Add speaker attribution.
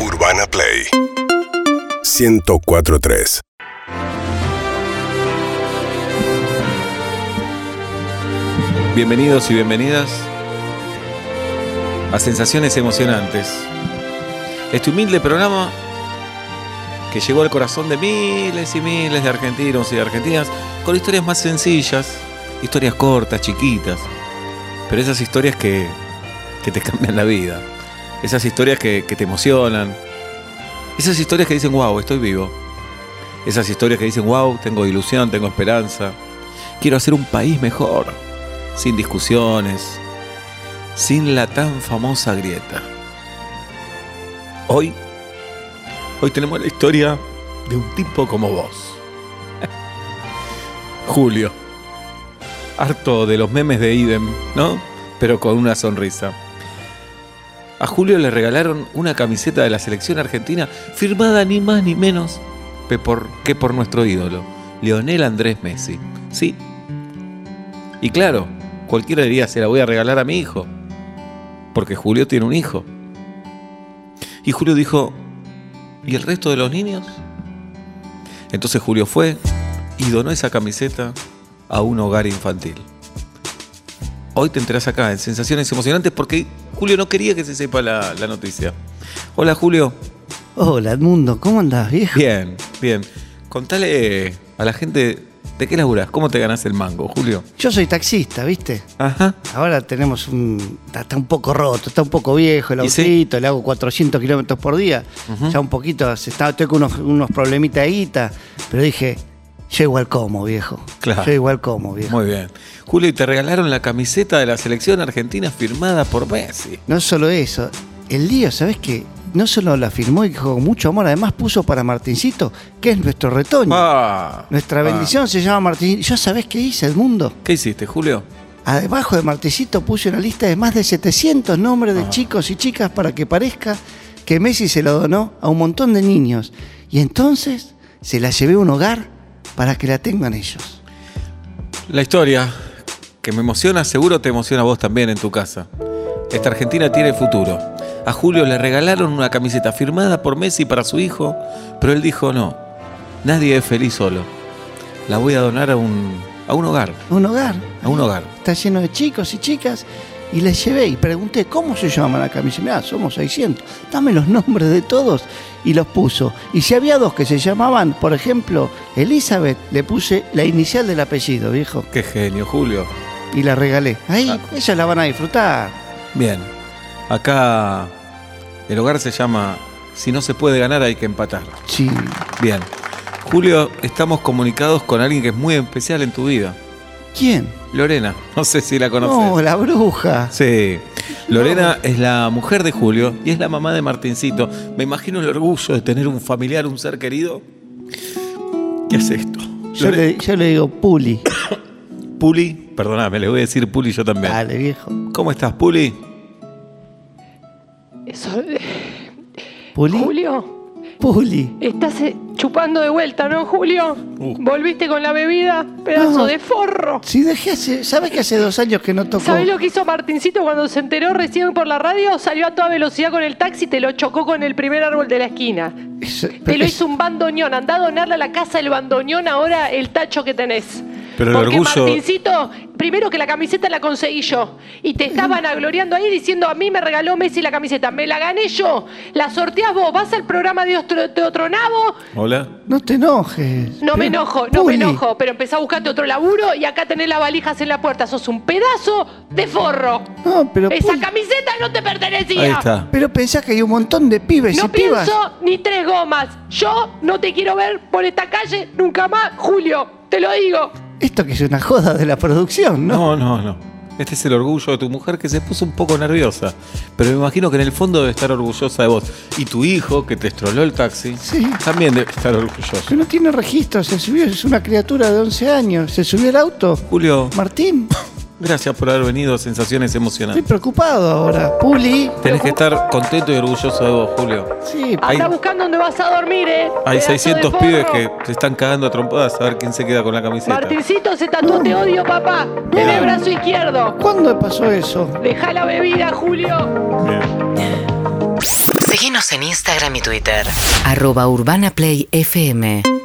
Speaker 1: Urbana Play 1043
Speaker 2: Bienvenidos y bienvenidas a Sensaciones Emocionantes. Este humilde programa que llegó al corazón de miles y miles de argentinos y de argentinas con historias más sencillas, historias cortas, chiquitas, pero esas historias que, que te cambian la vida, esas historias que, que te emocionan, esas historias que dicen, wow, estoy vivo, esas historias que dicen, wow, tengo ilusión, tengo esperanza, quiero hacer un país mejor, sin discusiones, sin la tan famosa grieta. Hoy, hoy tenemos la historia de un tipo como vos. Julio. Harto de los memes de idem, ¿no? Pero con una sonrisa. A Julio le regalaron una camiseta de la selección argentina firmada ni más ni menos que por, que por nuestro ídolo, Leonel Andrés Messi. Sí. Y claro, cualquiera diría, se la voy a regalar a mi hijo, porque Julio tiene un hijo. Y Julio dijo, ¿y el resto de los niños? Entonces Julio fue y donó esa camiseta a un hogar infantil. Hoy te enterás acá en Sensaciones Emocionantes porque Julio no quería que se sepa la, la noticia. Hola Julio,
Speaker 3: Hola, Edmundo, ¿cómo andás, viejo?
Speaker 2: bien, bien. Contale a la gente de qué laburás, cómo te ganás el mango, Julio.
Speaker 3: Yo soy taxista, ¿viste?
Speaker 2: Ajá.
Speaker 3: Ahora tenemos un. Está, está un poco roto, está un poco viejo el
Speaker 2: ¿Y sí?
Speaker 3: autito, le hago 400 kilómetros por día. Ya un poquito, se está, estoy con unos, unos problemitas de guita, pero dije, yo igual como, viejo.
Speaker 2: Claro.
Speaker 3: Yo igual como, viejo.
Speaker 2: Muy bien. Julio, y te regalaron la camiseta de la selección argentina firmada por Messi.
Speaker 3: No solo eso, el lío, ¿sabes qué? No solo la firmó y con mucho amor, además puso para Martincito, que es nuestro retoño.
Speaker 2: Ah,
Speaker 3: Nuestra
Speaker 2: ah.
Speaker 3: bendición se llama Martincito. ¿Ya sabés qué hice, Edmundo?
Speaker 2: ¿Qué hiciste, Julio?
Speaker 3: Abajo de Martecito puse una lista de más de 700 nombres de chicos y chicas para que parezca que Messi se lo donó a un montón de niños. Y entonces se la llevé a un hogar para que la tengan ellos.
Speaker 2: La historia que me emociona, seguro te emociona a vos también en tu casa. Esta Argentina tiene futuro. A Julio le regalaron una camiseta firmada por Messi para su hijo, pero él dijo no. Nadie es feliz solo. La voy a donar a un, a un hogar.
Speaker 3: Un hogar.
Speaker 2: A un hogar.
Speaker 3: Está lleno de chicos y chicas. Y les llevé y pregunté, ¿cómo se llama la camiseta? Mirá, somos 600. Dame los nombres de todos. Y los puso. Y si había dos que se llamaban, por ejemplo, Elizabeth, le puse la inicial del apellido, viejo.
Speaker 2: Qué genio, Julio.
Speaker 3: Y la regalé. Ahí,
Speaker 2: Ah.
Speaker 3: ellas la van a disfrutar.
Speaker 2: Bien. Acá el hogar se llama Si no se puede ganar hay que empatar.
Speaker 3: Sí.
Speaker 2: Bien. Julio, estamos comunicados con alguien que es muy especial en tu vida.
Speaker 3: ¿Quién?
Speaker 2: Lorena. No sé si la conoces.
Speaker 3: No, la bruja.
Speaker 2: Sí. Lorena es la mujer de Julio y es la mamá de Martincito. Me imagino el orgullo de tener un familiar, un ser querido. ¿Qué es esto?
Speaker 3: Yo
Speaker 2: Lore-
Speaker 3: le, yo le digo Puli.
Speaker 2: Puli, perdóname, le voy a decir Puli yo también.
Speaker 3: Dale, viejo.
Speaker 2: ¿Cómo estás, Puli?
Speaker 4: Eso-
Speaker 3: ¿Puli?
Speaker 4: Julio,
Speaker 3: Puli.
Speaker 4: estás eh, chupando de vuelta, ¿no, Julio?
Speaker 2: Uh.
Speaker 4: ¿Volviste con la bebida? Pedazo
Speaker 3: No.
Speaker 4: de forro.
Speaker 3: Sí, dejé hace. ¿Sabes que hace dos años que no tocó?
Speaker 4: ¿Sabés lo que hizo Martincito cuando se enteró recién por la radio? Salió a toda velocidad con el taxi y te lo chocó con el primer árbol de la esquina.
Speaker 3: Es-
Speaker 4: Te lo
Speaker 3: es-
Speaker 4: hizo un bandoneón. Andá a donarle a la casa el bandoneón ahora el tacho que tenés.
Speaker 2: Pero el
Speaker 4: Porque
Speaker 2: orgullo-
Speaker 4: Martincito, primero que la camiseta la conseguí yo. Y te estaban agloriando ahí diciendo a mí me regaló Messi la camiseta. Me la gané yo. La sorteás vos. Vas al programa de otro, de otro nabo.
Speaker 2: Hola.
Speaker 3: No te enojes.
Speaker 4: No me
Speaker 3: Pero-
Speaker 4: enojo, no me
Speaker 3: Puli.
Speaker 4: enojo, pero empezá a buscarte otro laburo y acá tenés las valijas en la puerta. Sos un pedazo de forro.
Speaker 3: No, pero.
Speaker 4: Esa
Speaker 3: Puli,
Speaker 4: camiseta no te pertenecía.
Speaker 2: Ahí está.
Speaker 3: pero pensás que hay un montón de pibes y
Speaker 4: No
Speaker 3: pibas.
Speaker 4: pienso ni tres gomas. Yo no te quiero ver por esta calle nunca más, Julio. Te lo digo.
Speaker 3: Esto que es una joda de la producción,
Speaker 2: No,
Speaker 3: ¿no?
Speaker 2: no, no. Este es el orgullo de tu mujer que se puso un poco nerviosa. Pero me imagino que en el fondo debe estar orgullosa de vos. Y tu hijo, que te estroló el taxi,
Speaker 3: Sí.
Speaker 2: también debe estar orgulloso.
Speaker 3: Que no tiene registro, se subió, es una criatura de 11 años, se subió al auto.
Speaker 2: Julio,
Speaker 3: Martín,
Speaker 2: gracias por haber venido a Sensaciones
Speaker 3: estoy
Speaker 2: Emocionantes.
Speaker 3: preocupado ahora. Puli.
Speaker 2: Tenés que estar contento y orgulloso de vos, Julio.
Speaker 3: Sí,
Speaker 2: Hay-
Speaker 4: Andá buscando dónde vas a dormir, ¿eh?
Speaker 2: Hay
Speaker 4: Pedazo de
Speaker 2: 600 pibes
Speaker 4: forro.
Speaker 2: que se están cagando a trompadas a ver quién se queda con la camiseta.
Speaker 4: Martincito se tatuó, te odio, papá. En el brazo izquierdo.
Speaker 3: ¿cuándo pasó eso?
Speaker 4: Deja la bebida, Julio.
Speaker 2: Bien.
Speaker 5: Seguinos en Instagram y Twitter.
Speaker 6: arroba urbanaplayfm